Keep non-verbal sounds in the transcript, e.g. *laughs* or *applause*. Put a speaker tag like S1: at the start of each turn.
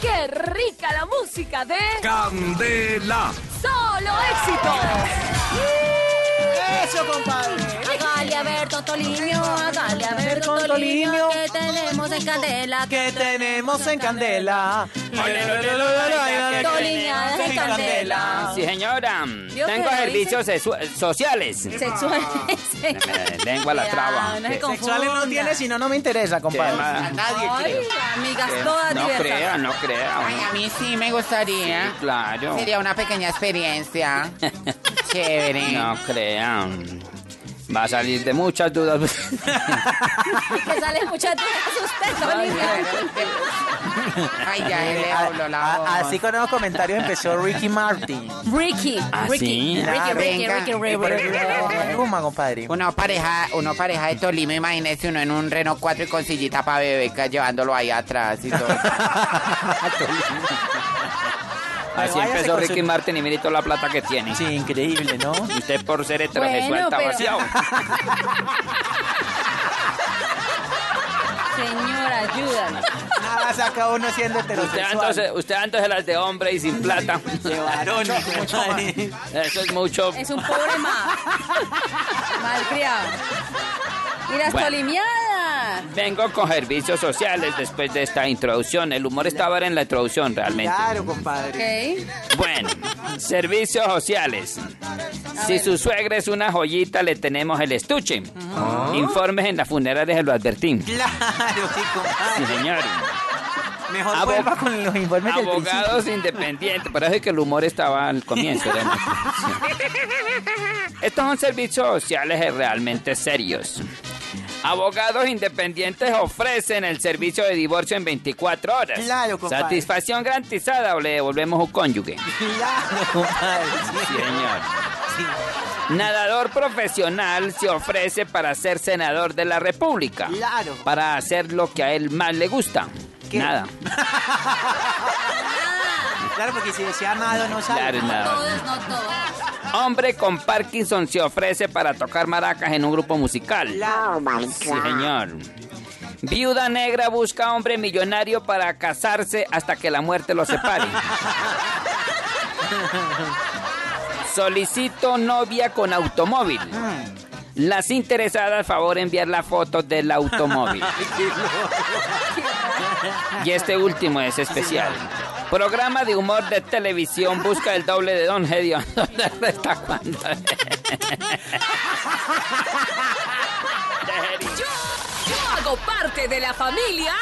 S1: ¡Qué rica la música de
S2: Candela.
S1: Solo
S3: Eso, compadre.
S4: Hágale a ver, don Toliño, hágale a ver, don
S3: Don
S4: Toliño,
S3: Toliño.
S4: que tenemos en candela.
S3: Que tenemos en candela.
S4: Toliñadas en candela.
S5: Sí, señora.
S4: Yo
S5: Tengo
S4: creo,
S5: servicios sexu- sociales.
S4: Sexuales.
S5: Me- *laughs* Lengua la
S4: Ya, no
S5: traba.
S4: se
S5: Que-
S4: confunda.
S3: Sexuales no tiene, si no, no me interesa,
S5: que
S3: compadre.
S5: ma-
S4: Ay, amigas todas
S5: Eh, No crea,
S4: diversas.
S5: no
S6: Ay,
S5: crea.
S6: a mí sí me gustaría.
S5: Claro.
S6: Sería una pequeña
S5: *laughs*
S6: experiencia. Chévere.
S5: No crea. Va a salir de
S6: *laughs*
S5: muchas dudas.
S4: Que sale muchas veces usted, Toliño.
S5: *laughs*
S6: Ay, ya se le
S3: Eh, A-
S6: dobló la voz.
S3: a- Así con los comentarios empezó
S6: *laughs*
S3: Ricky Martin.
S4: Ricky,
S5: ¿Ah,
S4: Ricky,
S5: sí?
S4: Ricky, Ricky,
S6: Venga.
S4: Ricky,
S3: Y por
S4: Ricky,
S3: el- Maluma, compadre.
S6: Una pareja, uno pareja de Tolima, imagínese uno en un Renault 4 y con sillita para bebé ca- llevándolo ahí atrás y
S5: *laughs*
S6: todo.
S5: Así
S3: váyase
S5: empezó
S3: con
S5: Ricky
S3: su-
S5: Martin y mire toda la plata que tiene.
S3: Sí, increíble, ¿no?
S5: Y usted por ser heterosexual
S4: Bueno,
S5: está
S6: *laughs*
S4: pero-
S5: vaciado.
S4: Señora, ayúdanos.
S3: Nada saca uno siendo
S5: Usted
S3: heterosexual.
S5: antes, usted antes de las de hombre y sin plata.
S3: De varón, compadre.
S5: Eso es mucho.
S4: Es un pobre más. Malcriado. Y las
S5: Bueno.
S4: tolimiadas.
S5: Vengo con servicios sociales después de esta introducción. El humor estaba en la introducción realmente.
S3: Claro, compadre.
S4: Ok.
S5: Bueno, servicios sociales. Si su suegra es una joyita, le tenemos el estuche.
S3: Ah.
S5: Informes en las funerarias, se lo advertí.
S3: Claro, sí,
S5: Sí,
S3: compadre.
S5: señor.
S3: Mejor
S5: Abo-
S3: vuelva con los informes del principio.
S5: Abogados independientes. Parece que el humor estaba al comienzo. era
S3: *laughs*
S5: muy- sí. Estos son servicios sociales eh, realmente serios. Abogados independientes ofrecen el servicio de divorcio en 24 horas.
S3: Claro, compadre.
S5: Satisfacción garantizada o le devolvemos un cónyuge.
S3: *laughs* Claro, compadre.
S5: Sí,
S3: sí.
S5: señor. Nadador profesional se ofrece para ser senador de la República.
S3: Claro.
S5: Para hacer lo que a él más le gusta.
S3: ¿Qué?
S5: Nada.
S3: Claro, porque si decía nada no sale.
S5: Claro, nada.
S4: Todos, no todos.
S5: Hombre con Parkinson se ofrece para tocar maracas en un grupo musical.
S3: Oh,
S5: Sí, señor. Viuda negra busca hombre millonario para casarse hasta que la muerte los
S3: *laughs*
S5: separe. Solicito novia con automóvil.
S3: Mm.
S5: Las interesadas, favor enviar la foto del automóvil. y este último es especial. Programa de humor de televisión busca el doble de Don Gedeon. *laughs* ¿Dónde está cuando?
S1: Yo hago parte de la familia